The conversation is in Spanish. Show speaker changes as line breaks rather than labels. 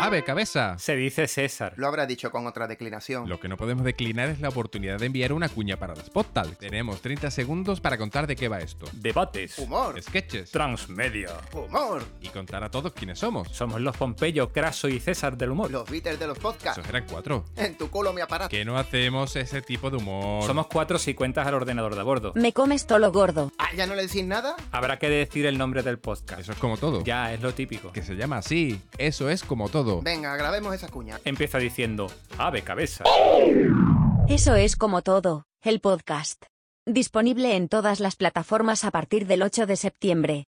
¡Ave, cabeza!
Se dice César.
Lo habrá dicho con otra declinación.
Lo que no podemos declinar es la oportunidad de enviar una cuña para las podtalks. Tenemos 30 segundos para contar de qué va esto.
Debates.
Humor.
Sketches.
Transmedia.
Humor.
Y contar a todos quiénes somos.
Somos los Pompeyo, Craso y César del humor.
Los beaters de los
Esos
podcasts.
eran cuatro.
En tu culo mi aparato.
Que no hacemos ese tipo de humor.
Somos cuatro si cuentas al ordenador de a bordo.
Me comes todo lo gordo.
Ah, ¿Ya no le decís nada?
Habrá que decir el nombre del podcast.
Eso es como todo.
Ya es lo típico.
Que se llama así. Eso es como todo.
Venga, grabemos esa cuña.
Empieza diciendo ave cabeza.
Eso es como todo, el podcast. Disponible en todas las plataformas a partir del 8 de septiembre.